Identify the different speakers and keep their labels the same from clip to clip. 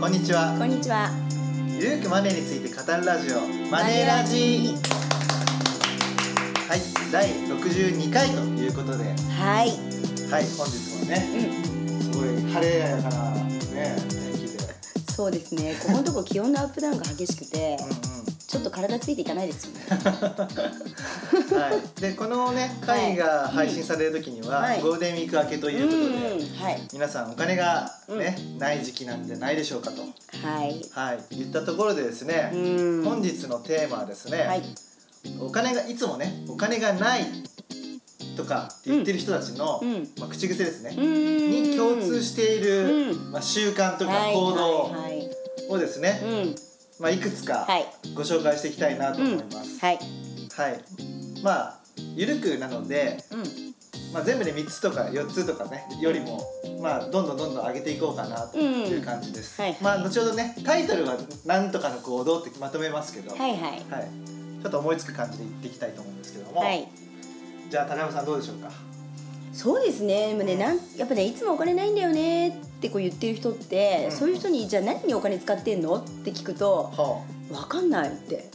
Speaker 1: こんにちは
Speaker 2: こんにちは。
Speaker 1: ゆるくマネーについて語るラジオマネーラジはい第62回ということではい
Speaker 2: はい。
Speaker 1: 本日もね
Speaker 2: うん。
Speaker 1: すごい晴れやかなね天気で
Speaker 2: そうですね。ここのとこ気温のアップダウンが激しくて、
Speaker 1: う
Speaker 2: ちょっと体ついていかないですよね。
Speaker 1: ん うんはいでこのね回が配信される時には、
Speaker 2: はい
Speaker 1: ゴールデンウィーク明けと
Speaker 2: う
Speaker 1: いうことで、
Speaker 2: ん。はい。
Speaker 1: 皆さんお金がね、ない時期なんじゃないでしょうかと
Speaker 2: はい。
Speaker 1: はい言ったところでですね、
Speaker 2: うん。
Speaker 1: 本日のテーマはですね、
Speaker 2: はい。
Speaker 1: お金がいつもねお金がないとかって言ってる人たちの、
Speaker 2: うん。
Speaker 1: まあ、口癖ですね、
Speaker 2: うん。
Speaker 1: に共通している、
Speaker 2: うん
Speaker 1: まあ、習慣とか
Speaker 2: はい
Speaker 1: 行動
Speaker 2: はいはい。
Speaker 1: をですね、い
Speaker 2: うん。
Speaker 1: まあ、いくつか
Speaker 2: はい。
Speaker 1: ご紹介していきたいなと思います、
Speaker 2: はい。
Speaker 1: はい、まあゆるくなので、
Speaker 2: うん。
Speaker 1: まあ、全部で3つとか4つとかねよりも、まあ、どんどんどんどん上げていこうかなという感じです、
Speaker 2: うんはいはい
Speaker 1: まあ、後ほどねタイトルは「なんとかの行動」ってまとめますけど、
Speaker 2: はいはい。
Speaker 1: はい、ちょっと思いつく感じで言っていきたいと思うんですけども、
Speaker 2: はい。
Speaker 1: じゃあ田中さんどうでしょうか
Speaker 2: そうですね。でもね、なんやっぱねいつもお金ないんだよねってこう言ってる人って、
Speaker 1: うん
Speaker 2: そういう人にじゃあ何にお金使ってんのって聞くと
Speaker 1: は
Speaker 2: わかんないって。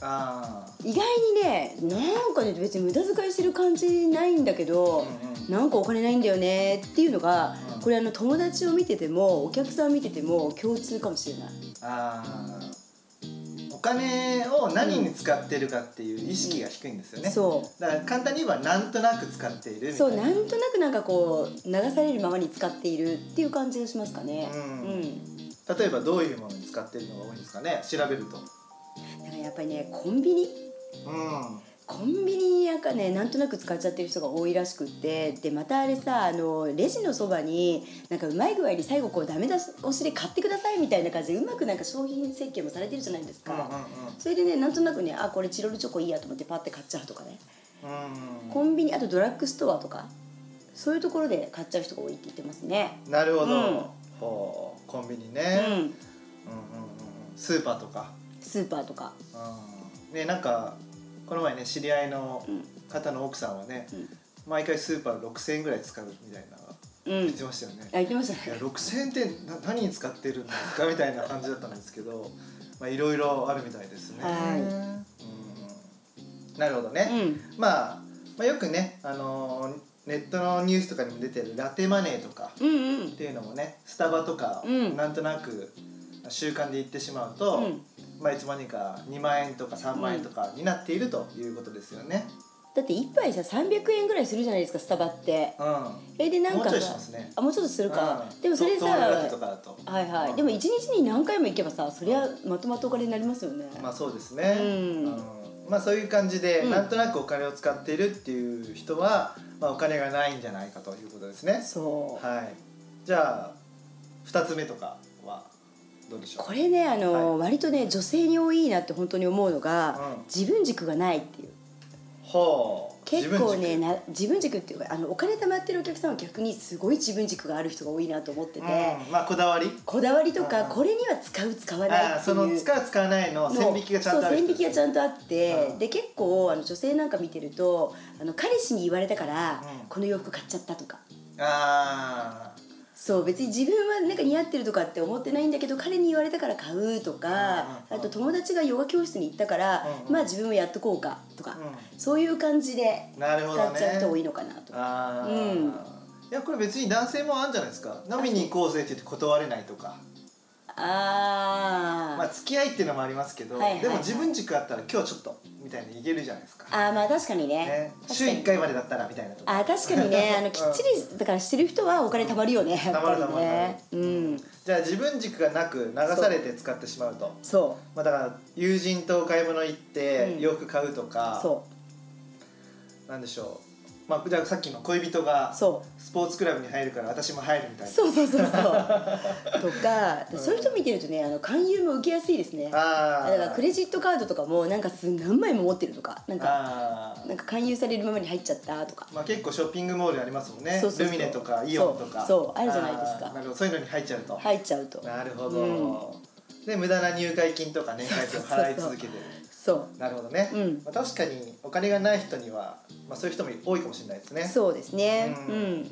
Speaker 1: ああ
Speaker 2: 意外にねなんかね別に無駄遣いしてる感じないんだけ
Speaker 1: ー
Speaker 2: ど、
Speaker 1: うん
Speaker 2: なんかお金ないんだよねっていうのが、
Speaker 1: うん
Speaker 2: これあの友達を見ててもお客さん見てても共通かもしれない
Speaker 1: あーお金を何に使ってるかっていう意識が低いんですよね、
Speaker 2: そ
Speaker 1: だから簡単に言えばなんとなく使っているみ
Speaker 2: う
Speaker 1: た
Speaker 2: そ
Speaker 1: いうな
Speaker 2: なんとなくなんかこう流されるままに使っているっていう感じがしますかね
Speaker 1: う
Speaker 2: うんん、
Speaker 1: 例えばどういうものに使っているのが多いんですかね調べると
Speaker 2: だからやっぱりねコンビニ
Speaker 1: うん
Speaker 2: コンビニなんかねなんとなく使っちゃってる人が多いらしくってでまたあれさあのレジのそばになんかうまい具合に最後こうダメ出し押しで買ってくださいみたいな感じでうまくなんか商品設計もされてるじゃないです
Speaker 1: うん
Speaker 2: か、それでねなんとなくねあこれチロルチョコいいやと思ってパッて買っちゃうとかね、
Speaker 1: うん
Speaker 2: コンビニあとドラッグストアとかそういうところで買っちゃう人が多いって言ってますね
Speaker 1: うんなるほど、
Speaker 2: うん
Speaker 1: ほうコンビニ
Speaker 2: う
Speaker 1: ね、
Speaker 2: ん
Speaker 1: うんうんうん、スーパーとか、
Speaker 2: スーパーとか
Speaker 1: うん、ねなんかこの前ね知り合いの
Speaker 2: うん
Speaker 1: 方の奥さんはね、
Speaker 2: うん
Speaker 1: 毎回スーパー6,000円ぐらい使うみたいなのが
Speaker 2: うん
Speaker 1: 言ってましたよね、
Speaker 2: あ言ってました
Speaker 1: いや
Speaker 2: ね
Speaker 1: 6,000円ってな何に使ってるんですかみたいな感じだったんですけどまあいろいろあるみたいですね、
Speaker 2: は
Speaker 1: うんなるほどね、
Speaker 2: う
Speaker 1: まあ、まあよくね、あのーネットのニュースとかにも出てるラテマネーとか
Speaker 2: んうんうん
Speaker 1: っていうのもねスタバとか、
Speaker 2: うん
Speaker 1: なんとなく習慣で言ってしまうと、
Speaker 2: うん
Speaker 1: まあ、いつまにか2万円とか3万円とかになっているということですよね。
Speaker 2: だって一杯さ300円ぐらいするじゃないですかスタバって
Speaker 1: うん、
Speaker 2: えでなん
Speaker 1: もう
Speaker 2: か
Speaker 1: ちょいしますね。
Speaker 2: あもうちょっとするか
Speaker 1: うん
Speaker 2: でもそれ
Speaker 1: と
Speaker 2: さ
Speaker 1: トールラテとかだと、
Speaker 2: はいは
Speaker 1: うん
Speaker 2: いでも一日に何回も行けばさそりゃまとまったお金になりますよね
Speaker 1: まあそうですね。
Speaker 2: うん
Speaker 1: うんまあそういう感じで、
Speaker 2: うん
Speaker 1: なんとなくお金を使っているっていう人は、まあお金がないんじゃないかということですね。
Speaker 2: そう
Speaker 1: はい。じゃあ二つ目とかはどうでしょう。
Speaker 2: これねあの割とね女性に多いなって本当に思うのが
Speaker 1: うん
Speaker 2: 自分軸がないっていう
Speaker 1: ほう。
Speaker 2: 結
Speaker 1: 自
Speaker 2: 構ね
Speaker 1: 分軸
Speaker 2: な自分軸っていうかあのお金貯まってるお客さんは逆にすごい自分軸がある人が多いなと思ってて、
Speaker 1: うん、まあこだわり。
Speaker 2: こだわりとか
Speaker 1: うん
Speaker 2: これには使う使わないってい
Speaker 1: あ
Speaker 2: う
Speaker 1: あその使う使わないの線引きがちゃんとある
Speaker 2: そう
Speaker 1: 人
Speaker 2: 線引きがちゃんとあって、
Speaker 1: うん
Speaker 2: で結構あの女性なんか見てるとあの彼氏に言われたから、
Speaker 1: うん
Speaker 2: この洋服買っちゃったとか
Speaker 1: ああ
Speaker 2: そう別に自分はなんか似合ってるとかって思ってないんだけど彼に言われたから買うとか、
Speaker 1: うんうんうん
Speaker 2: あと友達がヨガ教室に行ったから、
Speaker 1: うんうん
Speaker 2: まあ自分もやっとこうかとか、
Speaker 1: う
Speaker 2: そういう感じで
Speaker 1: ん、なるほどね
Speaker 2: 使っちゃう人多いのかなと。
Speaker 1: ああ、
Speaker 2: うん
Speaker 1: いやこれ別に男性もあるんじゃないですか飲みに行こうぜって言って断れないとか
Speaker 2: あー、
Speaker 1: まあ付き合いっていうのもありますけど、
Speaker 2: はいはいはい
Speaker 1: でも自分軸あったら今日ちょっとみたいに言えるじゃないですか、
Speaker 2: あーまあ確かにね
Speaker 1: ね、
Speaker 2: 確か
Speaker 1: 週
Speaker 2: に
Speaker 1: 1回までだったらみたいなとか
Speaker 2: あー確かにねあのきっちりだからしてる人はお金貯まるよねやっぱり
Speaker 1: たまる
Speaker 2: ねうん
Speaker 1: じゃあ自分軸がなく流されて使ってしまうと
Speaker 2: そ
Speaker 1: まあ、だから友人と買い物行って
Speaker 2: うん
Speaker 1: 洋服買うとか
Speaker 2: う、そ
Speaker 1: なんでしょう、まあ、じゃあさっきの恋人が
Speaker 2: うそう
Speaker 1: スポーツクラブに入るから私も入るみたいな
Speaker 2: そうそうそうそうとかそういう人見てるとねあの勧誘も受けやすいですねだか
Speaker 1: ああ
Speaker 2: らクレジットカードとかもなんかす何枚も持ってるとかなんか
Speaker 1: あー
Speaker 2: なんか勧誘されるままに入っちゃったとか
Speaker 1: まあ、結構ショッピングモールありますもんね
Speaker 2: そうそうそう
Speaker 1: ルミネとかイオンとか
Speaker 2: そうそうあるじゃないですか
Speaker 1: あーなるほどそういうのに入っちゃうと、
Speaker 2: 入っちゃうと
Speaker 1: なるほど、で無駄な入会金とか年会費を払い続けてる
Speaker 2: そ
Speaker 1: なるほどね、
Speaker 2: うん
Speaker 1: まあ、確かにお金がない人には、まあ、そういう人も多いかもしれないです
Speaker 2: う
Speaker 1: ね
Speaker 2: そうですね
Speaker 1: う
Speaker 2: うんん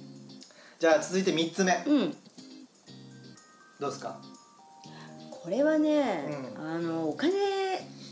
Speaker 1: じゃあ続いて3つ目
Speaker 2: うん
Speaker 1: どうですか
Speaker 2: これはね、
Speaker 1: う
Speaker 2: あのお金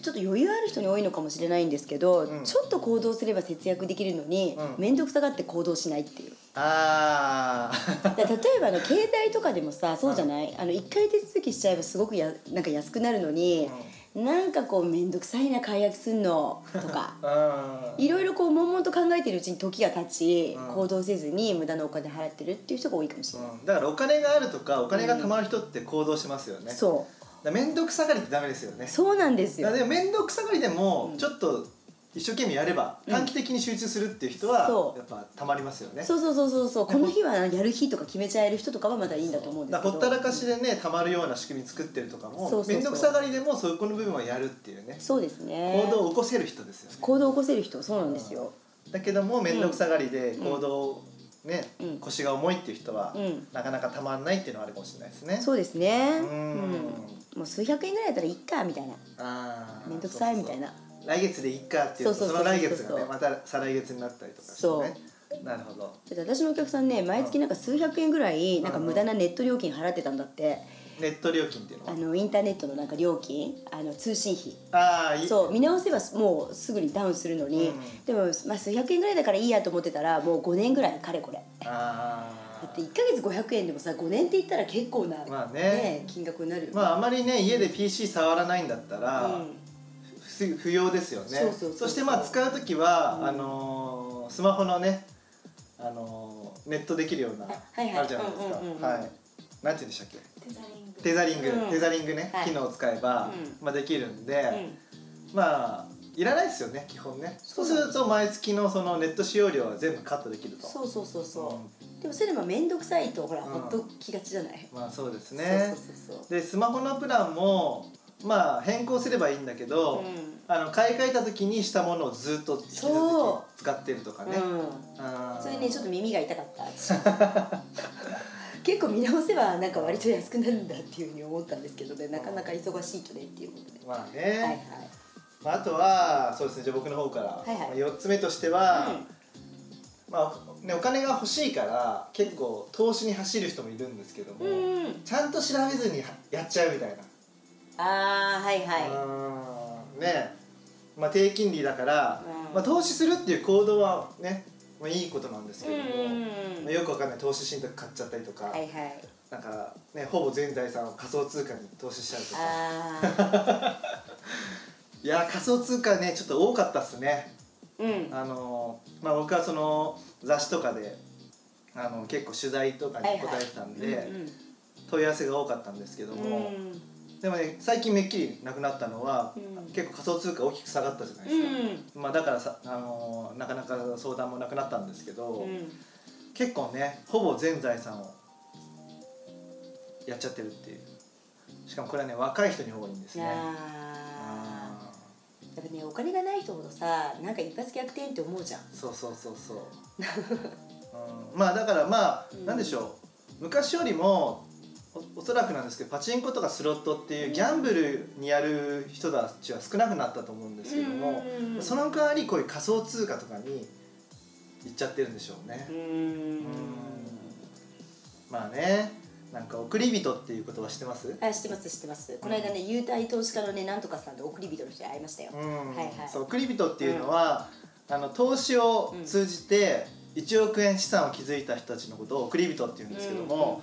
Speaker 2: ちょっと余裕ある人に多いのかもしれないんですけど、
Speaker 1: うん
Speaker 2: ちょっと行動すれば節約できるのに
Speaker 1: うん
Speaker 2: 面倒、くさがって行動しないっていう
Speaker 1: あ
Speaker 2: だから例えばあの携帯とかでもさそうじゃない、あの1回手続きしちゃえばすごくやなんか安くなるの に、なんかこう面倒くさいな解約すんのと か
Speaker 1: あ、うん、
Speaker 2: いろいろこう悶々と考えてるうちに時が経ち、
Speaker 1: うん
Speaker 2: 行動せずに無駄なお金払ってるっていう人が多いかもしれない、
Speaker 1: うんだからお金があるとかお金が貯まる人って行動しますよね、だか
Speaker 2: そ
Speaker 1: ら面倒くさがりってダメですよね
Speaker 2: うそうなんです
Speaker 1: い
Speaker 2: よ
Speaker 1: やでも面倒くさがりでも
Speaker 2: うん
Speaker 1: ちょっと一生懸命やれば
Speaker 2: うん
Speaker 1: 短期的に集中するっていう人は
Speaker 2: そう
Speaker 1: やっぱたまりますよね。
Speaker 2: そうそうそうそうそうこの日はやる日とか決めちゃえる人とかはまだいいんだと思うんで
Speaker 1: だ
Speaker 2: す
Speaker 1: か
Speaker 2: け
Speaker 1: ら
Speaker 2: ど
Speaker 1: ほったらかしでねたまるような仕組み作ってるとか
Speaker 2: そうそう
Speaker 1: も
Speaker 2: そう
Speaker 1: 面倒くさがりでもそこの部分はやるっていうね
Speaker 2: そうですね
Speaker 1: 行動を起こせる人ですよね。
Speaker 2: 行動を起こせる人そうなんですよ
Speaker 1: だけども面倒くさがりで行動をね
Speaker 2: うん
Speaker 1: 腰が重いっていう人は
Speaker 2: うん
Speaker 1: なかなかたまらないっていうのはあるかもしれないですね。
Speaker 2: そうですね
Speaker 1: う
Speaker 2: うんんもう数百円ぐらいだったらいっかみたいな
Speaker 1: あー
Speaker 2: 面倒くさいみたいな
Speaker 1: そうそうそう来月でいっかっていうと
Speaker 2: そう
Speaker 1: そ
Speaker 2: そうそうそ
Speaker 1: の
Speaker 2: う
Speaker 1: 来月が
Speaker 2: そ
Speaker 1: ね
Speaker 2: う
Speaker 1: また再来月になったりとかしてね。なるほど。
Speaker 2: だって私のお客さんね毎月なんか数百円ぐらいなんか無駄なネット料金払ってたんだって
Speaker 1: ネット料金っていうのは
Speaker 2: あのインターネットのなんか料金あの通信費
Speaker 1: ああい
Speaker 2: そう見直せばもうすぐにダウンするのに、
Speaker 1: うん
Speaker 2: でも、まあ、数百円ぐらいだからいいやと思ってたらもう5年ぐらいかれこれ
Speaker 1: あ
Speaker 2: だって
Speaker 1: ー
Speaker 2: 1か月500円でもさ5年って言ったら結構な、
Speaker 1: まあね
Speaker 2: 金額になるよね、
Speaker 1: まああまりね家で PC 触らないんだったら、
Speaker 2: うん
Speaker 1: 不不要ですよね
Speaker 2: そうそうそうそう
Speaker 1: してまあ使う時は、
Speaker 2: うん
Speaker 1: あのースマホのね、あのーネットできるような、
Speaker 2: はいはい
Speaker 1: あるじゃないですか、
Speaker 2: うんうんうんうん
Speaker 1: はいなんて言うんでしたっけ
Speaker 2: テザリン
Speaker 1: テ
Speaker 2: グ
Speaker 1: ザリング、
Speaker 2: うん
Speaker 1: テザリングね、
Speaker 2: はい
Speaker 1: 機能を使えば、
Speaker 2: う
Speaker 1: まあ、できるんで、まあいらないですよね基本ね
Speaker 2: そ
Speaker 1: そうう
Speaker 2: な
Speaker 1: す
Speaker 2: んです
Speaker 1: ると毎月のそのネット使用量は全部カットできると
Speaker 2: そうそうそうそう、
Speaker 1: うん
Speaker 2: でもそれでも面倒くさいとほら、
Speaker 1: うん
Speaker 2: ほっときがちじゃない
Speaker 1: まあそうですね
Speaker 2: そうそうそう
Speaker 1: でスマホのプランもまあ変更すればいいんだけど、
Speaker 2: そう、
Speaker 1: あの買い替えた時にしたものをずっと引き続き
Speaker 2: そ
Speaker 1: 使ってるとか
Speaker 2: うん
Speaker 1: ね、
Speaker 2: うん
Speaker 1: あー
Speaker 2: それねちょっと耳が痛かった結構見直せばなんか割と安くなるんだっていうふうに思ったんですけどねなかなか忙しいとねっていうことで、
Speaker 1: まあね、
Speaker 2: はいはい
Speaker 1: まあ、あとはそうですねじゃあ僕の方から、
Speaker 2: いはい
Speaker 1: まあ4つ目としては、まあね、お金が欲しいから結構投資に走る人もいるんですけども、
Speaker 2: うん、うん、
Speaker 1: ちゃんと調べずにやっちゃうみたいな、
Speaker 2: ああはいは
Speaker 1: うーんねまあ、低金利だから、
Speaker 2: うん
Speaker 1: まあ、投資するっていう行動はね、まあ、いいことなんです
Speaker 2: い
Speaker 1: けども、
Speaker 2: うん
Speaker 1: まあよくわかんない投資信託買っちゃったりとか、
Speaker 2: はいはい
Speaker 1: なんか、ね、ほぼ全財産を仮想通貨に投資しちゃうとか
Speaker 2: ああ
Speaker 1: いやー仮想通貨ねちょっと多かったっすね
Speaker 2: うん
Speaker 1: あのーまあ僕はその雑誌とかであの結構取材とかに答えてたんで、問い合わせが多かったんですけど
Speaker 2: うん
Speaker 1: も、
Speaker 2: うん
Speaker 1: でもね最近めっきりなくなったのは、
Speaker 2: うん
Speaker 1: 結構仮想通貨大きく下がったじゃないで
Speaker 2: う
Speaker 1: す
Speaker 2: ん
Speaker 1: か、まあ、だからさ、あのーなかなか相談もなくなったんですけど、
Speaker 2: うん
Speaker 1: 結構ねほぼ全財産をやっちゃってるっていうしかもこれはね若い人に多いんです
Speaker 2: い
Speaker 1: ね
Speaker 2: や
Speaker 1: あ
Speaker 2: ー
Speaker 1: あ
Speaker 2: やっぱねお金がない人ほどさなんか一発逆転って思うじゃん
Speaker 1: ーそうそうそうそう、 うん、まあだからまあ、
Speaker 2: うん
Speaker 1: なんでしょう昔よりもおおそらくなんですけどパチンコとかスロットっていうギャンブルにやる人たちは少なくなったと思うんですけども、
Speaker 2: うん
Speaker 1: その代わりこういう仮想通貨とかに行っちゃってるんでしょうね、
Speaker 2: うーん
Speaker 1: まあねなんか送り人っていう言葉知ってます
Speaker 2: あ知ってます知ってますこの間ね優待投資家のねなんとかさんと送り人の人に会いましたよ
Speaker 1: うん
Speaker 2: はいはい
Speaker 1: そう送り人っていうのは、あの投資を通じて1億円資産を築いた人たちのことを送り人っていうんですけども、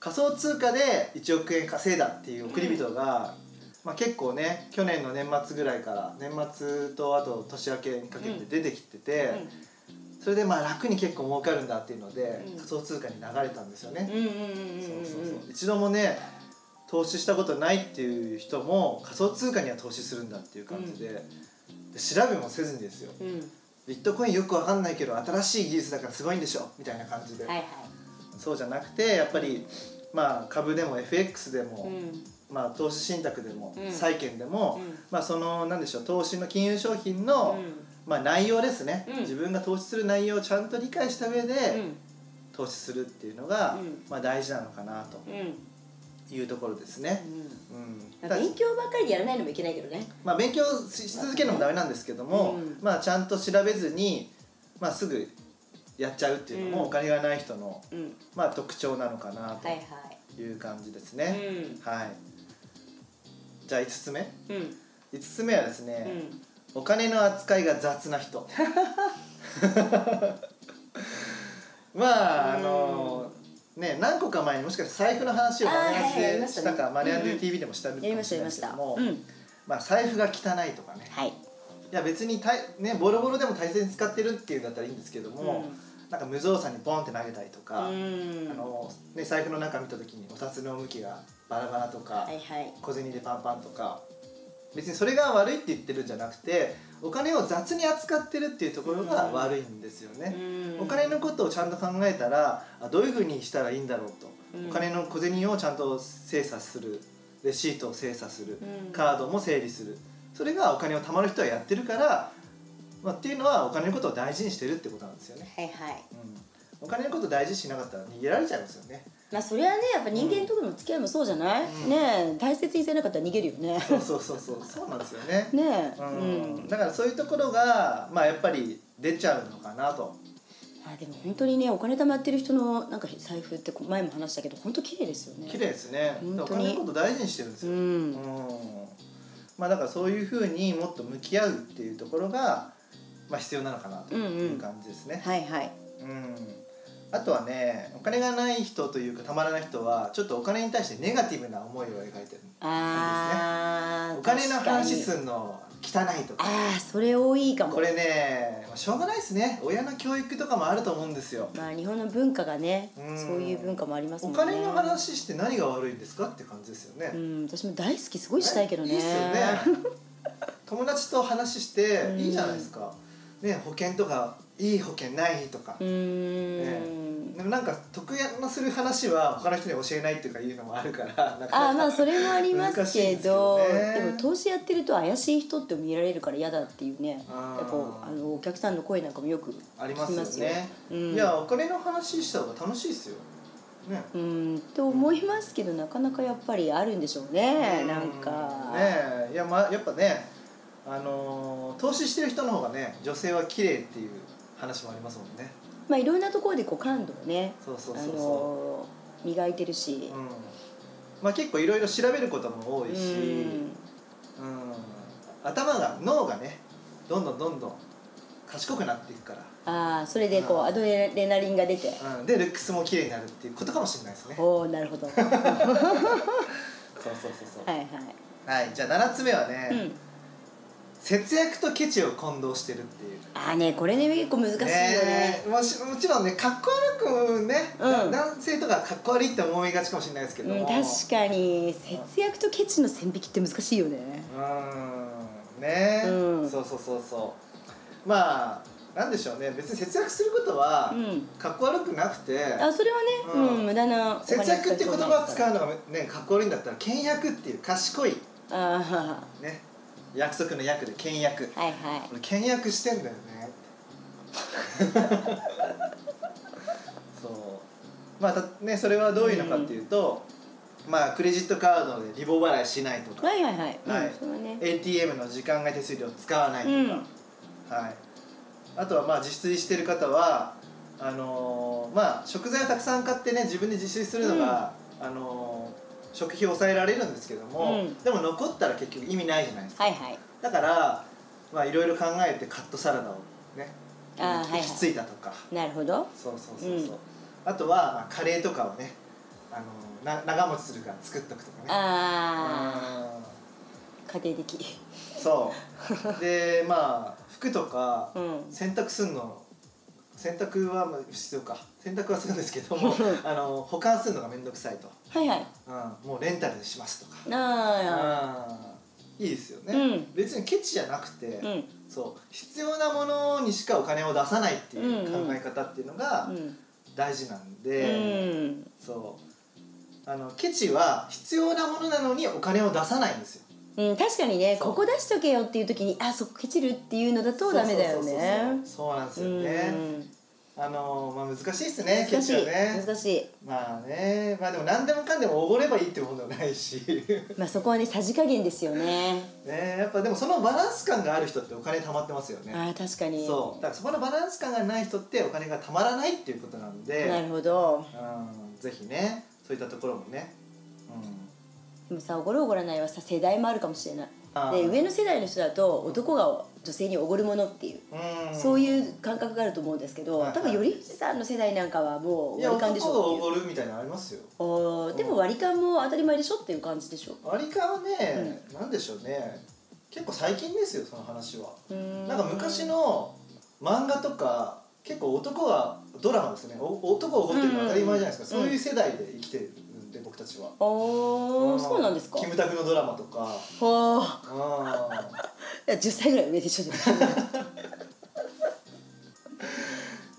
Speaker 1: 仮想通貨で1億円稼いだっていう送り人が、まあ、結構ね去年の年末ぐらいから年末とあと年明けにかけて出てきてて、それでまあ楽に結構儲かるんだっていうので、
Speaker 2: うん
Speaker 1: 仮想通貨に流れたんですよね。
Speaker 2: うんうんうんうん
Speaker 1: そう
Speaker 2: うん
Speaker 1: そうそう一度もね投資したことないっていう人も仮想通貨には投資するんだっていう感じで,、で調べもせずにですよ
Speaker 2: うん
Speaker 1: ビットコインよくわかんないけど新しい技術だからすごいんでしょみたいな感じで、
Speaker 2: はいはい
Speaker 1: そうじゃなくてやっぱり、まあ、株でも FX で
Speaker 2: うん
Speaker 1: も、
Speaker 2: うん
Speaker 1: まあ、投資信託でも、
Speaker 2: うん
Speaker 1: 債券でも、まあ、そのなんでしょう投資の金融商品の、まあ、内容ですね、
Speaker 2: うん
Speaker 1: 自分が投資する内容をちゃんと理解した上で、
Speaker 2: うん
Speaker 1: 投資するっていうのが、
Speaker 2: うん
Speaker 1: まあ、大事なのかなと
Speaker 2: うんうん
Speaker 1: いうところですね。うん、
Speaker 2: まあ勉強ばっかりでやらないのもいけないけどね
Speaker 1: まあ、勉強しし続けるのもダメなんですけども、
Speaker 2: うん
Speaker 1: まあ、ちゃんと調べずに、まあ、すぐやっちゃうっていうの
Speaker 2: う
Speaker 1: も
Speaker 2: ん
Speaker 1: お金がない人の、
Speaker 2: うん
Speaker 1: まあ、特徴なのかな
Speaker 2: はいは
Speaker 1: という感じです
Speaker 2: い
Speaker 1: ね。
Speaker 2: うん
Speaker 1: はいじゃあ5つ目
Speaker 3: うんうん
Speaker 1: 5つ目はですね、お金の扱いが雑な 人まああのね何個か前にもしかして財布の話をマネ
Speaker 2: あーはいはいやり
Speaker 1: ア
Speaker 2: ま
Speaker 1: で
Speaker 2: した
Speaker 1: し
Speaker 2: ね
Speaker 1: たか、マネア
Speaker 3: うんう
Speaker 1: で
Speaker 3: ん
Speaker 1: TV でもしたみ
Speaker 2: やりましたやりま
Speaker 1: け
Speaker 2: し
Speaker 1: ど
Speaker 2: た
Speaker 1: も、
Speaker 2: うん
Speaker 1: まあ、財布が汚いとかね
Speaker 2: はい
Speaker 1: いや別にたい、ね、ボロボロでも大切に使ってるっていうんだったらいいんですけども、なんか無造作にボンって投げたりと
Speaker 3: うん
Speaker 1: か、あのね、財布の中見た時にお札の向きがバラバラとか、
Speaker 2: はいはい
Speaker 1: 小銭でパンパンとか別にそれが悪いって言ってるんじゃなくてお金を雑に扱ってるっていうところが悪いんですよ
Speaker 3: う
Speaker 1: ね。
Speaker 3: ん
Speaker 1: お金のことをちゃんと考えたらあどういうふうにしたらいいんだろうと、
Speaker 3: うん
Speaker 1: お金の小銭をちゃんと精査するレシートを精査する、
Speaker 3: うん
Speaker 1: カードも整理するそれがお金を貯まる人はやってるから、まあ、っていうのはお金のことを大事にしてるってことなんですよね。
Speaker 2: はいはい
Speaker 1: うん、お金のこと大事にしなかったら逃げられちゃいますよね。
Speaker 2: まあそれはねやっぱ人間との付き合いもそうじゃない、
Speaker 1: うん
Speaker 2: ねえ大切にせなかったら逃げるよね
Speaker 1: そうそうそうそう そうなんですよね。
Speaker 2: ねえう
Speaker 1: うん
Speaker 2: ん、
Speaker 1: だからそういうところが、まあ、やっぱり出ちゃうのかなと
Speaker 2: あでも本当にねお金貯まってる人のなんか財布って前も話したけど本当綺麗ですよね
Speaker 1: 綺麗ですね
Speaker 2: 本当に
Speaker 1: お金のこと大事にしてるんです
Speaker 2: う
Speaker 1: よ、うん
Speaker 2: ん
Speaker 1: まあ、だからそういうふうにもっと向き合うっていうところが、まあ、必要なのかなと
Speaker 2: うんうん
Speaker 1: いう感じですね、
Speaker 2: はいはい
Speaker 1: うんあとはねお金がない人というかたまらない人はちょっとお金に対してネガティブな思いを描いてる
Speaker 2: あー
Speaker 1: お金の話
Speaker 2: 確かに
Speaker 1: すんの汚いとか
Speaker 2: あーそれ多いかも
Speaker 1: これねまあしょうがないですね親の教育とかもあると思うんですよ
Speaker 2: まあ日本の文化がね
Speaker 1: うん
Speaker 2: そういう文化もあります
Speaker 1: お
Speaker 2: もんね
Speaker 1: 金の話して何が悪いんですかって感じですよ
Speaker 2: う
Speaker 1: ね。
Speaker 2: ん私も大好きすごいしたいけどね
Speaker 1: いいっすよ ね。友達と話して
Speaker 2: うん
Speaker 1: いいじゃないですか。ね保険とかいい保険ないとか
Speaker 2: う。ーん
Speaker 1: でもなんか得意のする話は他の人に教えないっていうかいうのもあるから。なか
Speaker 2: あーまあ
Speaker 1: なか
Speaker 2: それもありますけど
Speaker 1: 難しい
Speaker 2: で
Speaker 1: ですよね
Speaker 2: も投資やってると怪しい人って見られるから嫌だっていうね
Speaker 1: あー
Speaker 2: やっぱあのお客さんの声なんかもよく
Speaker 1: ありますよね。
Speaker 2: うん
Speaker 1: いやお金の話した方が楽しいですよ。ね。
Speaker 2: うんと思いますけどなかなかやっぱりあるんでしょうねなんか、
Speaker 1: ねえいやまあやっぱねあのー投資してる人の方がね女性は綺麗っていう話もありますもんね。
Speaker 2: まあいろんなところでこう感度をね
Speaker 1: そうそう
Speaker 2: あ
Speaker 1: そうそう。
Speaker 2: の磨いてるし、
Speaker 1: うんまあ、結構いろいろ調べることも多
Speaker 2: う
Speaker 1: いし、うん
Speaker 2: ん、
Speaker 1: 頭が脳がねどんどんどんどん賢くなっていくか
Speaker 2: ああそれでこう
Speaker 1: うん
Speaker 2: アドレナリンが出て、
Speaker 1: ら、うん、でルックスも綺麗になるっていうことかもしれないですねそう
Speaker 2: おおなるほどは
Speaker 1: そうそうそう
Speaker 2: いはい、
Speaker 1: はい、じゃあ7つ目はね、
Speaker 2: うん、
Speaker 1: 節約とケチを混同してるっていう
Speaker 2: ああねこれね結構難しいよね
Speaker 1: えもしもちろんねかっこ悪くね、
Speaker 2: うん
Speaker 1: 男性とかかっこ悪いって思いがちかもしれないですけど
Speaker 2: う
Speaker 1: も、
Speaker 2: ん、確かに節約とケチの線引きって難しいよね
Speaker 1: うんね、
Speaker 2: うん
Speaker 1: そうそうそうそうまあなんでしょうね別に節約することは
Speaker 2: うん
Speaker 1: かっこ悪くなくて、
Speaker 2: あそれはね、う
Speaker 1: うん
Speaker 2: ん無駄な
Speaker 1: 節約って言葉を使
Speaker 2: う
Speaker 1: うのがねかっこ悪いんだったら倹約っていう賢い
Speaker 2: あ
Speaker 1: ね約束の約で倹約
Speaker 2: あはいはい
Speaker 1: 俺倹約してんだよねそうまあたねそれはどういうのかっていうと、まあクレジットカードでリボ払いしないとか
Speaker 2: はいはいはい、
Speaker 1: はい
Speaker 2: うん、それはね
Speaker 1: ATM の時間外手数料を使わないとか、
Speaker 2: うん
Speaker 1: はい、あとはまあ自炊してる方はあのーまあ、食材をたくさん買ってね自分で自炊するのが、あのー食費を抑えられるんですけども、
Speaker 2: うん
Speaker 1: でも残ったら結局意味ないじゃないですか、
Speaker 2: はいはい
Speaker 1: だからまあいろいろ考えてカットサラダをね
Speaker 2: あーはいはい
Speaker 1: きついたとか、
Speaker 2: なるほど
Speaker 1: そうそうそうそう、
Speaker 2: うん
Speaker 1: あとは、まあ、カレーとかをね、あのーな長持ちするから作っとくとかね
Speaker 2: あ
Speaker 1: うん
Speaker 2: あ家庭的
Speaker 1: そうでまあ服とか
Speaker 2: うん
Speaker 1: 洗濯すんの洗濯はまあ必要か洗濯はするんですけどもあの保管するのが面倒くさいと、
Speaker 2: はいはい
Speaker 1: うん、もうレンタルにしますと
Speaker 2: なあ
Speaker 1: か、うん、いいですよね、
Speaker 2: うん
Speaker 1: 別にケチじゃなくて、
Speaker 2: うん
Speaker 1: そう必要なものにしかお金を出さないっていう
Speaker 2: うんうん
Speaker 1: 考え方っていうのが
Speaker 2: うん
Speaker 1: 大事なん
Speaker 2: う
Speaker 1: で、
Speaker 2: ん
Speaker 1: そうあのケチは必要なものなのにお金を出さないんですよ
Speaker 2: うん、確かにね
Speaker 1: そう
Speaker 2: ここ出しとけよっていう時にあそこケチるっていうのだとダメだ
Speaker 1: そうそ
Speaker 2: よね
Speaker 1: うそうそうそうなんです
Speaker 2: う
Speaker 1: よね、
Speaker 2: ん
Speaker 1: あのまあ難しいですね
Speaker 2: 難
Speaker 1: ケ
Speaker 2: し
Speaker 1: チ
Speaker 2: い
Speaker 1: はね
Speaker 2: 難しい
Speaker 1: まあねまあでも何でもかんでもおごればいいってものではないし
Speaker 2: まあそこはねさじ加減ですよね
Speaker 1: ねやっぱでもそのバランス感がある人ってお金貯まってますよね
Speaker 2: ああ確かに
Speaker 1: そうだからそこのバランス感がない人ってお金が貯まらないっていうことなんで
Speaker 2: なるほど
Speaker 1: うんぜひねそういったところもね、うん、
Speaker 2: でもさおごるおごらないはさ世代もあるかもしれない
Speaker 1: あ
Speaker 2: で
Speaker 1: ー
Speaker 2: 上の世代の人だと男が女性におごるものっていう、
Speaker 1: うん
Speaker 2: そういう感覚があると思うんですけど、
Speaker 1: はいはい
Speaker 2: 多分頼藤さんの世代なんかはもう
Speaker 1: いや
Speaker 2: 割り勘でし
Speaker 1: 男が
Speaker 2: ょ
Speaker 1: お
Speaker 2: っていう
Speaker 1: ごるみたいなのありますよ
Speaker 2: あーでも割り勘も当たり前でしょっていう感じでしょ
Speaker 1: 割り勘はね、なんでしょうね結構最近ですよその話はな
Speaker 2: な
Speaker 1: んか昔の漫画とか結構男がドラマですねお男をおごってるのは当たり前じゃないですか、
Speaker 2: うん
Speaker 1: そういう世代で生きてるんで僕たちは、
Speaker 2: お
Speaker 1: うん
Speaker 2: そうなんですか
Speaker 1: キムタクのドラマとか
Speaker 2: ほー
Speaker 1: う
Speaker 2: いや10歳ぐらい上でしょ
Speaker 1: んい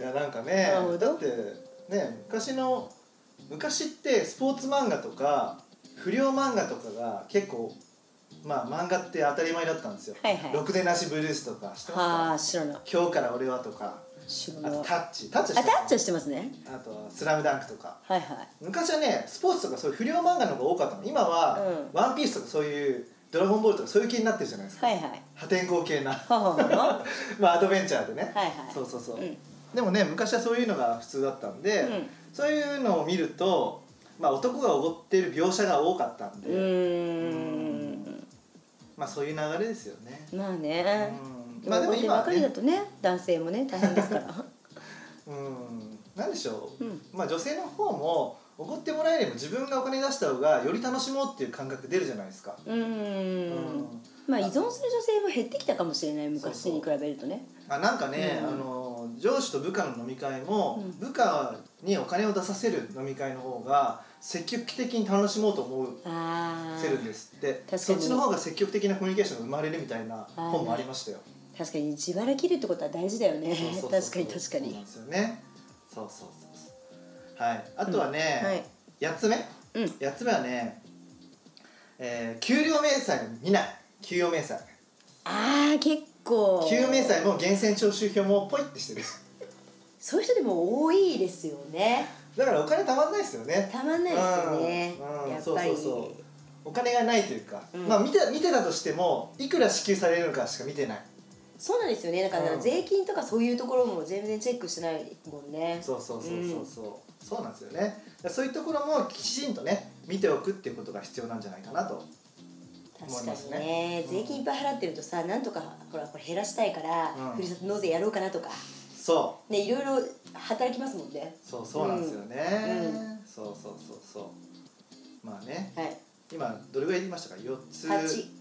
Speaker 1: やなんかね
Speaker 2: なるほど
Speaker 1: だってね昔の昔ってスポーツ漫画とか不良漫画とかが結構まあ漫画って当たり前だったんですよ
Speaker 2: はい
Speaker 1: 「
Speaker 2: はい
Speaker 1: ろくでなしブルース」とか知って
Speaker 2: は
Speaker 1: ま
Speaker 2: あ知らない
Speaker 1: すか「今日から俺は」とか
Speaker 2: 知ら
Speaker 1: あ
Speaker 2: ない
Speaker 1: と「
Speaker 2: あ
Speaker 1: タッチ」タッチ
Speaker 2: タッチ
Speaker 1: チ
Speaker 2: はしてますね
Speaker 1: あとは「スラムダンクとか
Speaker 2: はいはい
Speaker 1: 昔はねスポーツとかそういう不良漫画の方が多かったの今は「
Speaker 2: う
Speaker 1: ワンピースとかそういう「ドラゴンボール」とかそういう系になってるじゃないですか、
Speaker 2: はいはい
Speaker 1: 破天荒系な
Speaker 2: はははは
Speaker 1: まあアドベンチャーでね、
Speaker 2: はいはい
Speaker 1: そうそうそう、
Speaker 2: うん
Speaker 1: でもね昔はそういうのが普通だったんで、
Speaker 2: うん
Speaker 1: そういうのを見ると、まあ、男がおごってる描写が多かったんで、
Speaker 2: うーん
Speaker 1: まあそういう流れですよね、
Speaker 2: まあ
Speaker 1: う
Speaker 2: ね
Speaker 1: んまあでも今
Speaker 2: ば
Speaker 1: は
Speaker 2: かりだ
Speaker 1: ね
Speaker 2: とね男性もね大変ですから
Speaker 1: うんなんでしょう、
Speaker 2: うん
Speaker 1: まあ女性の方もおごってもらえれば自分がお金出した方がより楽しもうっていう感覚出るじゃないですか、
Speaker 2: うー
Speaker 1: うん
Speaker 2: んまあ依存する女性も減ってきたかもしれない昔に比べるとね
Speaker 1: あなんかね、
Speaker 2: うん
Speaker 1: あの上司と部下の飲み会も、
Speaker 2: うん
Speaker 1: 部下にお金を出させる飲み会の方が積極的に楽しもうと思う
Speaker 2: あ
Speaker 1: せるん
Speaker 2: あ
Speaker 1: ですって
Speaker 2: かに
Speaker 1: そっちの方が積極的なコミュニケーションが生まれるみたいな本もありましたよ、
Speaker 2: 確かに自腹切るってことは大事だよね
Speaker 1: そうそうそう
Speaker 2: 確かに確か
Speaker 1: そうなん
Speaker 2: に
Speaker 1: ですよねそうそうそうそうはいあとはね、八8つ目
Speaker 2: うん
Speaker 1: 8つ目はね、えー給料明細見ない給与明細
Speaker 2: ああ結構
Speaker 1: 給与明細も源泉徴収票もポイってしてる
Speaker 2: そういう人でも多いですよね
Speaker 1: だからお金たまんないですよね
Speaker 2: たまんないですよね
Speaker 1: うんうん
Speaker 2: やっぱ
Speaker 1: そう
Speaker 2: り
Speaker 1: そうそお金がないというか、
Speaker 2: うん
Speaker 1: まあ見て見てたとしてもいくら支給されるのかしか見てない
Speaker 2: そうなんですよねだから
Speaker 1: うん
Speaker 2: 税金とかそういうところも全然チェックしてないもんね
Speaker 1: そうそうそうそうそう、そうなんですよねそういうところもきちんとね見ておくっていうことが必要なんじゃないかなと思い
Speaker 2: 確か
Speaker 1: ます
Speaker 2: に
Speaker 1: ね
Speaker 2: ね
Speaker 1: うん
Speaker 2: 税金いっぱい払ってるとさなんとかほらこれ減らしたいから、
Speaker 1: うん
Speaker 2: ふるさと納税やろうかなとか
Speaker 1: そ
Speaker 2: ねいろいろ働きますもんね
Speaker 1: うそうそうなんですよね、
Speaker 2: う
Speaker 1: そうそうそうそうまあね
Speaker 2: はい
Speaker 1: 今どれぐらい言いましたか4つ
Speaker 2: 8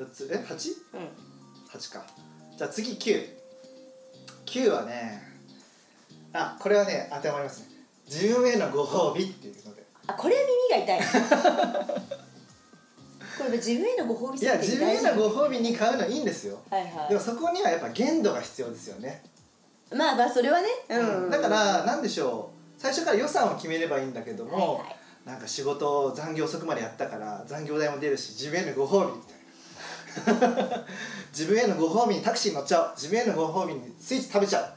Speaker 1: 4つえ八
Speaker 2: うん
Speaker 1: 8かじゃあ次99はねあこれはね当てはまりますね自分へのご褒美っていうので
Speaker 2: あこれは 耳が痛いこれ自分へのご褒美
Speaker 1: いや
Speaker 2: 設
Speaker 1: 自
Speaker 2: 定
Speaker 1: 分への
Speaker 2: 大事
Speaker 1: ご褒美に買うのいいんですよ
Speaker 2: はいはい
Speaker 1: でもそこにはやっぱ限度が必要ですよね、
Speaker 2: まあまあそれはね、うん、
Speaker 1: だから何でしょう最初から予算を決めればいいんだけども、
Speaker 2: はいはい
Speaker 1: なんか仕事を残業遅くまでやったから残業代も出るし自分へのご褒美みたいな 自分へのご褒美にタクシーに乗っちゃおう自分へのご褒美にスイーツ食べちゃおう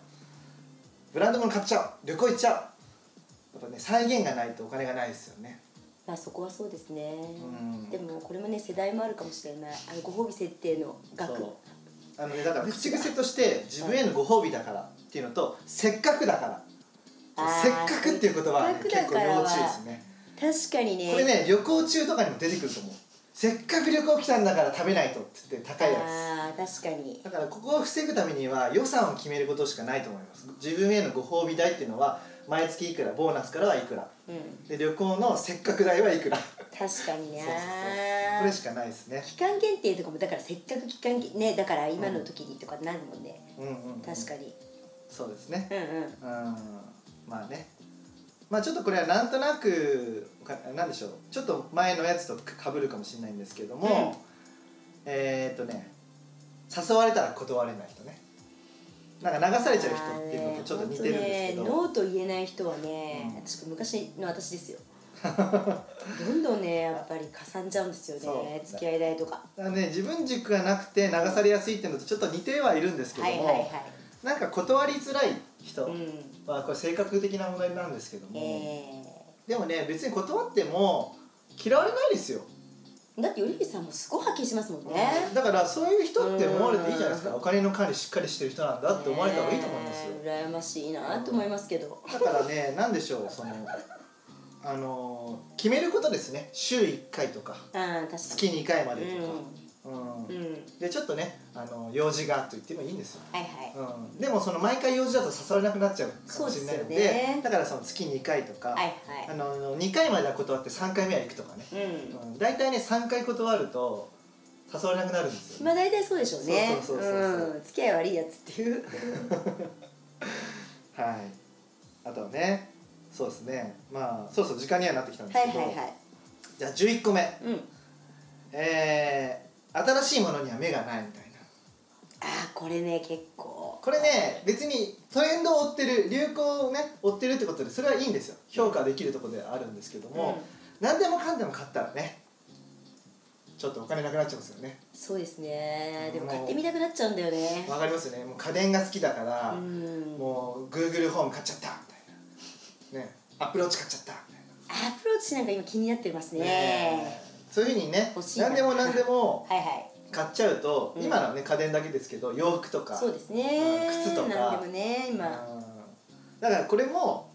Speaker 1: ブランド物買っちゃおう旅行行っちゃおうやっぱね再現がないとお金がないですよね
Speaker 2: まあそこはそうですね、
Speaker 1: うん
Speaker 2: でもこれもね世代もあるかもしれないあのご褒美設定の額
Speaker 1: そうあのねだから口癖として自分へのご褒美だからっていうのとせっかくだから
Speaker 2: あ
Speaker 1: せっ
Speaker 2: ー
Speaker 1: かくっていう言葉は、ね、
Speaker 2: せっ
Speaker 1: 結
Speaker 2: かく
Speaker 1: 構
Speaker 2: だから
Speaker 1: 要
Speaker 2: は
Speaker 1: 注意ですね
Speaker 2: 確かにね
Speaker 1: これね旅行中とかにも出てくると思うせっかく旅行来たんだから食べないとって言って高いやつ
Speaker 2: あー確かに
Speaker 1: だからここを防ぐためには予算を決めることしかないと思います自分へのご褒美代っていうのは毎月いくらボーナスからはいくら
Speaker 2: うん
Speaker 1: で旅行のせっかく代はいくらこ
Speaker 2: 確かにね
Speaker 1: そうそうそうれしかないですね
Speaker 2: 期間限定とかもだからせっかく期間限ねだから今の時にとかなるもんね、
Speaker 1: うんうん、うん、
Speaker 2: 確か
Speaker 1: に
Speaker 2: に
Speaker 1: そうですね
Speaker 2: うんうん
Speaker 1: うんまあねまあちょっとこれはなんとなくかなんでしょうちょっと前のやつとかぶるかもしれないんですけども、えーっとね誘われたら断れない人ねなんか流されちゃう人っていうのとちょっと似てるんですけど、
Speaker 2: あーね本当ねノーと言えない人はね、
Speaker 1: うん
Speaker 2: 私昔の私ですよどんどんねやっぱりかさんじゃうんですよね
Speaker 1: そう
Speaker 2: 付き合い代とか
Speaker 1: だからね自分軸がなくて流されやすいっていうのとちょっと似てはいるんですけど
Speaker 2: はい
Speaker 1: も、
Speaker 2: はいはい
Speaker 1: なんか断りづらい人
Speaker 2: うん
Speaker 1: はこれ性格的な問題なんですけども、
Speaker 2: え
Speaker 1: でもね別に断っても嫌われないですよ
Speaker 2: ー、だって頼光さんもすごい発見しますもんね、
Speaker 1: だからそういう人って思われていいじゃないです
Speaker 2: う
Speaker 1: か
Speaker 2: ん
Speaker 1: お金の管理しっかりしてる人なんだって思われた方がいいと思いますよ
Speaker 2: ねえ羨ましいなと思いますけど、
Speaker 1: だからね何でしょうそのあのー決めることですね週1回とか
Speaker 2: ああ確かに
Speaker 1: 月2回までとか、うん
Speaker 2: うん、うん、
Speaker 1: でちょっとねあの用事がと言ってもいいんですよ、
Speaker 2: はいはい
Speaker 1: うん、でもその毎回用事だと刺されなくなっちゃうかもしれないので
Speaker 2: そうですよね
Speaker 1: だからその月2回とか、
Speaker 2: はい
Speaker 1: あ
Speaker 2: は
Speaker 1: の2回までは断って3回目は行くとかね、
Speaker 2: いうん
Speaker 1: うん、大体ね3回断ると誘われなくなるんですよ、
Speaker 2: まあ大体そうでしょうね
Speaker 1: そうそうそうそうそうん
Speaker 2: 付き合い悪いやつっていう
Speaker 1: はいあとはねそうですねまあそうそう時間にはなってきたんで
Speaker 2: は
Speaker 1: す
Speaker 2: い
Speaker 1: け
Speaker 2: はい
Speaker 1: ど、
Speaker 2: は
Speaker 1: じゃあ11個目
Speaker 2: いうん
Speaker 1: えー、新しいものには目がないみたいな
Speaker 2: ああこれね結構
Speaker 1: これね別にトレンドを追ってる流行をね追ってるってことでそれはいいんですよ評価できるところではあるんですけども、何でもかんでも買ったらねちょっとお金なくなっちゃうんですよね
Speaker 2: うんそうですねでも
Speaker 1: もう
Speaker 2: 買ってみたくなっちゃうんだよね
Speaker 1: わかりますよねもう家電が好きだから、
Speaker 2: うん
Speaker 1: もう Google ホーム買っちゃったみたいなねアップローチ買っちゃったみたいな
Speaker 2: アプローチなんか今気になってますね
Speaker 1: ねそういうふうにね
Speaker 2: 欲しいな
Speaker 1: 何でも何でも
Speaker 2: はいはい
Speaker 1: 買っちゃうと、
Speaker 2: うん
Speaker 1: 今のはね家電だけですけど洋服とか
Speaker 2: そうですね
Speaker 1: うん靴とか
Speaker 2: なんでもね今
Speaker 1: うんだからこれも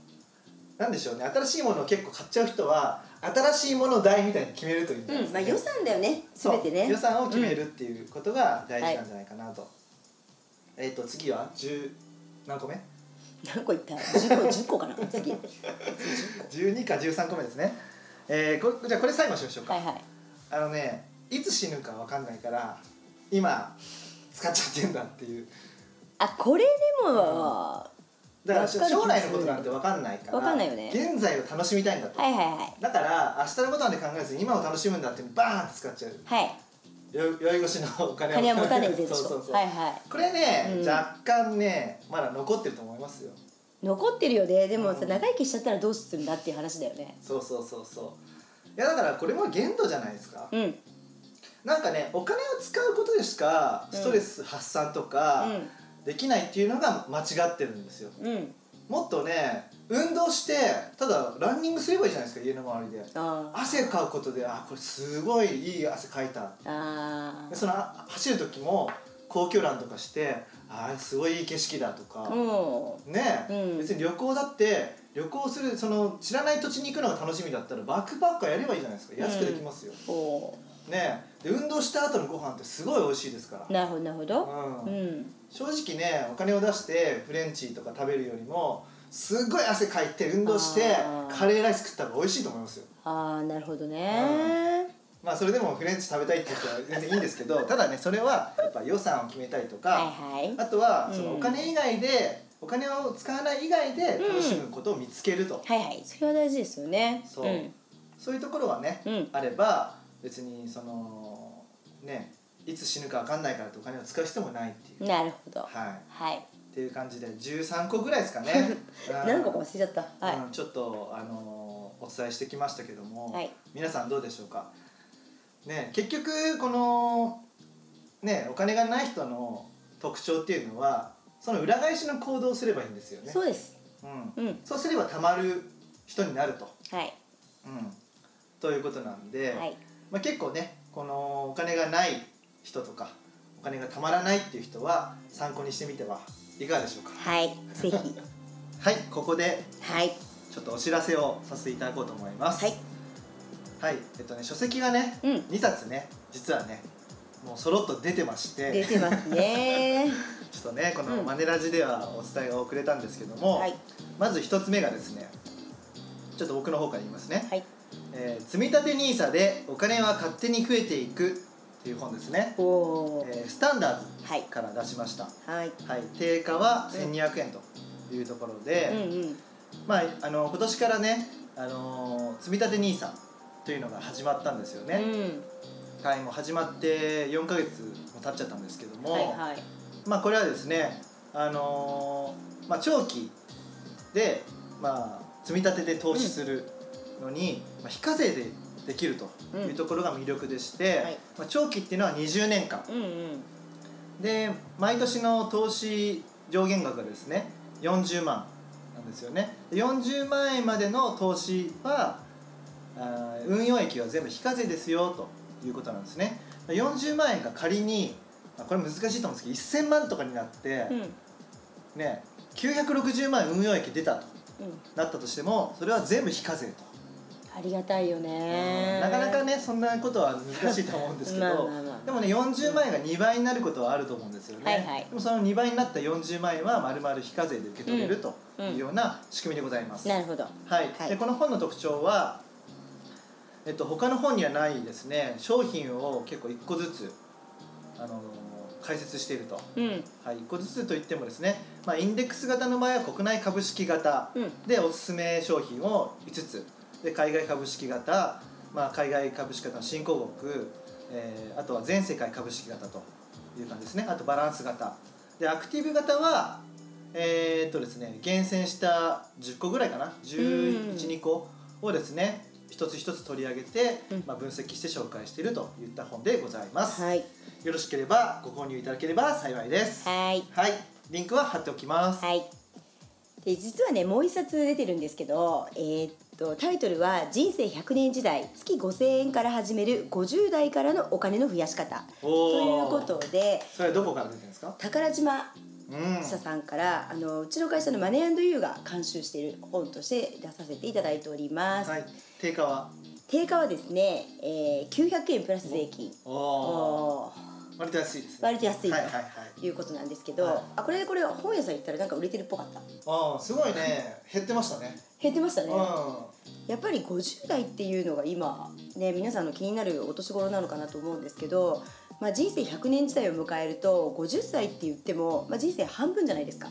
Speaker 1: なんでしょうね新しいものを結構買っちゃう人は新しいもの代みたいに決めるといいんじゃない
Speaker 2: うんまあ予
Speaker 1: ですかね
Speaker 2: 算だよね
Speaker 1: そう
Speaker 2: 全てね
Speaker 1: 予算を決めるっていうことが大事なんじゃないかなと、えっ、と次は10何個目
Speaker 2: 何個いった10個10個かな 次は
Speaker 1: ?12 か13個目ですね、えーこじゃあこれ最後にしましょう
Speaker 2: い
Speaker 1: か、
Speaker 2: はい
Speaker 1: あのねいつ死ぬかわかんないから今使っちゃってんだっていう
Speaker 2: あこれでもは
Speaker 1: だからし
Speaker 2: わかる
Speaker 1: 将来のことなんてわかんないから
Speaker 2: わかんないよね
Speaker 1: 現在を楽しみたいんだと
Speaker 2: いはいは
Speaker 1: だから明日のことなんて考えずに今を楽しむんだってバーンって使っちゃう
Speaker 2: いはい
Speaker 1: よ酔い越しのお金を
Speaker 2: 金は持たないぜ と
Speaker 1: そうそうそう、
Speaker 2: はいは
Speaker 1: これね、
Speaker 2: うん
Speaker 1: 若干ねまだ残ってると思いますよ
Speaker 2: い残ってるよねでもさ
Speaker 1: うん
Speaker 2: 長生きしちゃったらどうするんだっていう話だよね
Speaker 1: そうそうそうそういやだからこれも限度じゃないですか、
Speaker 2: うんうん
Speaker 1: なんかねお金を使うことでしかストレス発散とかできないっていうのが間違ってるんですよ
Speaker 2: うん
Speaker 1: もっとね運動してただランニングすればいいじゃないですか家の周りで
Speaker 2: あー
Speaker 1: 汗かくことであこれすごいいい汗かいた
Speaker 2: あ
Speaker 1: でそのあ走る時も皇居ランとかしてあーすごいいい景色だとか、
Speaker 2: ーも
Speaker 1: ね、
Speaker 2: うん
Speaker 1: 別に旅行だって旅行するその知らない土地に行くのが楽しみだったらバックパッカーやればいいじゃないですか安くできますよ、
Speaker 2: うお
Speaker 1: ねで運動した後のご飯ってすごい美味しいですから、
Speaker 2: ーなるほどなるほど
Speaker 1: うん
Speaker 2: うん
Speaker 1: 正直ねお金を出してフレンチとか食べるよりもすっごい汗かいて運動して
Speaker 2: あー
Speaker 1: カレーライス食った方が美味しいと思いますよ
Speaker 2: ああなるほどね
Speaker 1: まあそれでもフレンチ食べたいって人は全然いいんですけ どただねそれはやっぱ予算を決めたりとか、
Speaker 2: はいはい
Speaker 1: あとは
Speaker 2: うん
Speaker 1: そのお金以外で、お金を使わない以外で楽しむことを見つけると、
Speaker 2: はいはいそれは大事ですよね
Speaker 1: そう
Speaker 2: うん
Speaker 1: そういうところはね、
Speaker 2: うん
Speaker 1: あれば別にそのねいつ死ぬか分かんないからってお金を使う必要もないっていう、
Speaker 2: なるほど
Speaker 1: はい、
Speaker 2: はい
Speaker 1: っていう感じで13個ぐらいですか ね
Speaker 2: 何個か忘れちゃった
Speaker 1: う
Speaker 2: は
Speaker 1: んちょっとあのお伝えしてきましたけども、
Speaker 2: いはい
Speaker 1: 皆さんどうでしょうかね結局このねお金がない人の特徴っていうのはその裏返しの行動をすればいいんですよね
Speaker 2: そうです
Speaker 1: うん、
Speaker 2: うん
Speaker 1: そうすればたまる人になると、
Speaker 2: はい
Speaker 1: うん、ということなんで、
Speaker 2: はい
Speaker 1: まあ、結構ねこのお金がない人とかお金がたまらないっていう人は参考にしてみてはいかがでしょうか
Speaker 2: はいぜひ
Speaker 1: はいここで
Speaker 2: はい
Speaker 1: ちょっとお知らせをさせていただこうと思います
Speaker 2: はい、
Speaker 1: はいえっとね書籍がね
Speaker 2: うん
Speaker 1: 2冊ね実はねもうそろっと出てまして
Speaker 2: 出てますね
Speaker 1: ちょっとねこの
Speaker 2: うん
Speaker 1: マネラジではお伝えが遅れたんですけども、
Speaker 2: はい
Speaker 1: まず1つ目がですねちょっと僕の方から言いますね、
Speaker 2: はい
Speaker 1: えー積み立て NISA でお金は勝手に増えていく」っていう本ですね、
Speaker 2: おおー
Speaker 1: えースタンダー
Speaker 2: はい
Speaker 1: ズから出しました、
Speaker 2: はい
Speaker 1: はい、定価は1200円というところで、
Speaker 2: うんうん
Speaker 1: まあ、あの今年からね、あのー積み立て NISA というのが始まったんですよね、はい、もう始まって4ヶ月も経っちゃったんですけど
Speaker 2: うん
Speaker 1: も、
Speaker 2: はいはい
Speaker 1: まあ、これはですね、あのーまあ、長期で、まあ、積み立てで投資するのに、まあ、非課税でできるというところが魅力でして、
Speaker 2: はい
Speaker 1: まあ、長期っていうのは20年間
Speaker 2: うんうん
Speaker 1: で毎年の投資上限額がですね40万なんですよねで40万円までの投資はあー運用益は全部非課税ですよということなんですね40万円が仮にあこれ難しいと思うんですけど1000万とかになって、
Speaker 2: うん
Speaker 1: ね960万円運用益出たと
Speaker 2: うん
Speaker 1: なったとしてもそれは全部非課税と
Speaker 2: ありがたいよね
Speaker 1: なかなかねそんなことは難しいと思うんですけど、
Speaker 2: まあまあまあ
Speaker 1: でもね40万円が2倍になることはあると思うんですよね、
Speaker 2: はいはい
Speaker 1: でもその2倍になった40万円はまるまる非課税で受け取れるというような仕組みでございます、
Speaker 2: なるほど
Speaker 1: はい、
Speaker 2: はい
Speaker 1: でこの本の特徴は、えっと、他の本にはないですね商品を結構一個ずつ、あの解説していると、
Speaker 2: うん
Speaker 1: はい、一個ずつといってもですね、まあ、インデックス型の場合は国内株式型
Speaker 2: うん
Speaker 1: でおすすめ商品を5つで海外株式型、まあ、海外株式型の新興国、えーあとは全世界株式型という感じですねあとバランス型でアクティブ型はえーっとですね厳選した10個ぐらいかな
Speaker 2: うん
Speaker 1: 112個をですね一つ一つ取り上げて
Speaker 2: うん、
Speaker 1: まあ、分析して紹介しているといった本でございます、
Speaker 2: はい
Speaker 1: よろしければご購入いただければ幸いです
Speaker 2: はい
Speaker 1: はい、リンクは貼っておきます
Speaker 2: はいで実はねもう一冊出てるんですけどえーっとタイトルは「人生100年時代月5000円から始める50代からのお金の増やし方」という
Speaker 1: おー
Speaker 2: ことで
Speaker 1: それはどこから出てるんですか
Speaker 2: 宝島
Speaker 1: うん
Speaker 2: 社さんから、あのうちの会社のマネーユーが監修している本として出させていただいております、
Speaker 1: はい、定価は
Speaker 2: 定価はですね、えー、900円プラス税金
Speaker 1: おお
Speaker 2: お
Speaker 1: 割と安いですね
Speaker 2: 割と安いと
Speaker 1: はいはいはい
Speaker 2: ーいうことなんですけど、
Speaker 1: はい
Speaker 2: あこれこれ本屋さん行ったらなんか売れてるっぽかった
Speaker 1: ああすごいね減ってましたね
Speaker 2: 減ってました
Speaker 1: う
Speaker 2: ね
Speaker 1: んは
Speaker 2: やっぱり50代っていうのが今、ね、皆さんの気になるお年頃なのかなと思うんですけど、まあ、人生100年時代を迎えると50歳って言っても、まあ、人生半分じゃないですか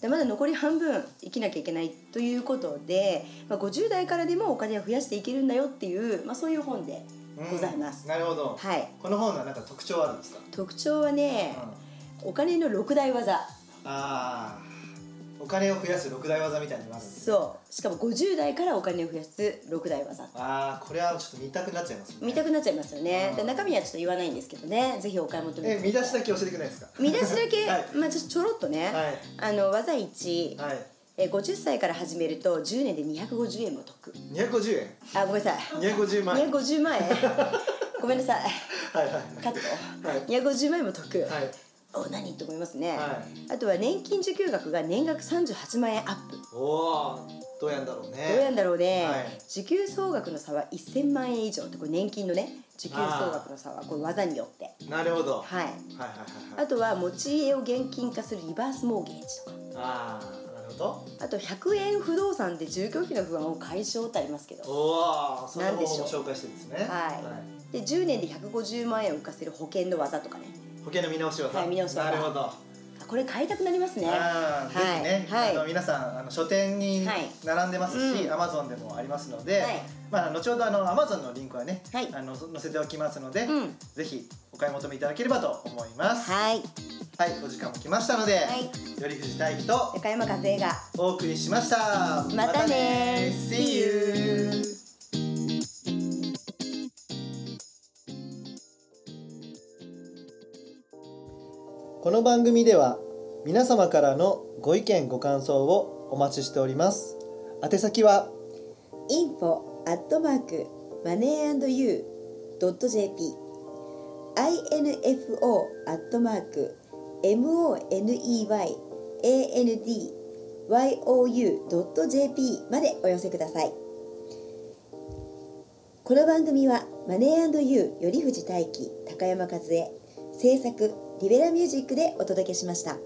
Speaker 2: でまだ残り半分生きなきゃいけないということで、まあ、50代からでもお金を増やしていけるんだよっていう、まあ、そういう本で、
Speaker 1: うん
Speaker 2: ございます
Speaker 1: なるほど
Speaker 2: はい、
Speaker 1: この本のなんか特徴はあるんですか
Speaker 2: 特徴はね
Speaker 1: うん
Speaker 2: お金の6大技
Speaker 1: ああお金を増やす六大技みたいになのがあるんですね
Speaker 2: そうしかも50代からお金を増やす6大技
Speaker 1: ああこれはちょっと見たくなっちゃいますね
Speaker 2: 見たくなっちゃいますよね
Speaker 1: うん
Speaker 2: で中身はちょっと言わないんですけどねぜひお買い求め
Speaker 1: え
Speaker 2: く
Speaker 1: 見
Speaker 2: だ
Speaker 1: 出
Speaker 2: さい
Speaker 1: しだけ教えてくれないですか
Speaker 2: 見出しだけ、
Speaker 1: はい
Speaker 2: まあちょっとちょろっとね、
Speaker 1: はい
Speaker 2: あの技1、
Speaker 1: はい
Speaker 2: えー50歳から始めると10年で250円も得
Speaker 1: 250円
Speaker 2: あごめんなさい
Speaker 1: 250万円
Speaker 2: 250万円ごめんなさい
Speaker 1: はいはい
Speaker 2: カット
Speaker 1: はい
Speaker 2: 250万円も得、
Speaker 1: はい
Speaker 2: お何と思いますね、
Speaker 1: は
Speaker 2: あとは年金受給額が年額38万円アップ、
Speaker 1: いおおどうやんだろうね
Speaker 2: どうやんだろうね、
Speaker 1: はい
Speaker 2: 受給総額の差は1000万円以上ってこれ年金のね受給総額の差はこれ技によって
Speaker 1: なるほどはい
Speaker 2: は
Speaker 1: はいは
Speaker 2: い
Speaker 1: いはい
Speaker 2: あとは持ち家を現金化するリバースモーゲージとか
Speaker 1: ああなるほど
Speaker 2: あと100円不動産で住居費の不安を解消ってありますけど
Speaker 1: おおその
Speaker 2: なんで
Speaker 1: 方
Speaker 2: しょ
Speaker 1: 法
Speaker 2: う
Speaker 1: も紹介してるんですね
Speaker 2: はいで10年で150万円を浮かせる保険の技とかね
Speaker 1: 保険の見直し技、
Speaker 2: はい見直し技
Speaker 1: なるほど、
Speaker 2: あこれ買いたくなりますね
Speaker 1: あー
Speaker 2: はい
Speaker 1: ぜひね、
Speaker 2: はい
Speaker 1: あの皆さんあの書店に
Speaker 2: はい
Speaker 1: 並んでますし、
Speaker 2: うん
Speaker 1: Amazon でもありますので、
Speaker 2: はい
Speaker 1: まあ後ほどあの Amazon のリンクはね、
Speaker 2: はい
Speaker 1: あの載せておきますので、
Speaker 2: うん
Speaker 1: ぜひお買い求めいただければと思います。
Speaker 2: はい
Speaker 1: はい、お時間も来ましたので、
Speaker 2: はい
Speaker 1: より富士大輝と
Speaker 2: 中山和恵が
Speaker 1: お送りしました。
Speaker 2: またね
Speaker 1: See you.この番組では皆様からのご意見ご感想をお待ちしております。宛先は
Speaker 2: info at mark moneyandyou.jp info at mark moneyandyou.jp までお寄せくださいこの番組はマネーユー頼藤大輝高山和恵制作リベラミュージックでお届けしました。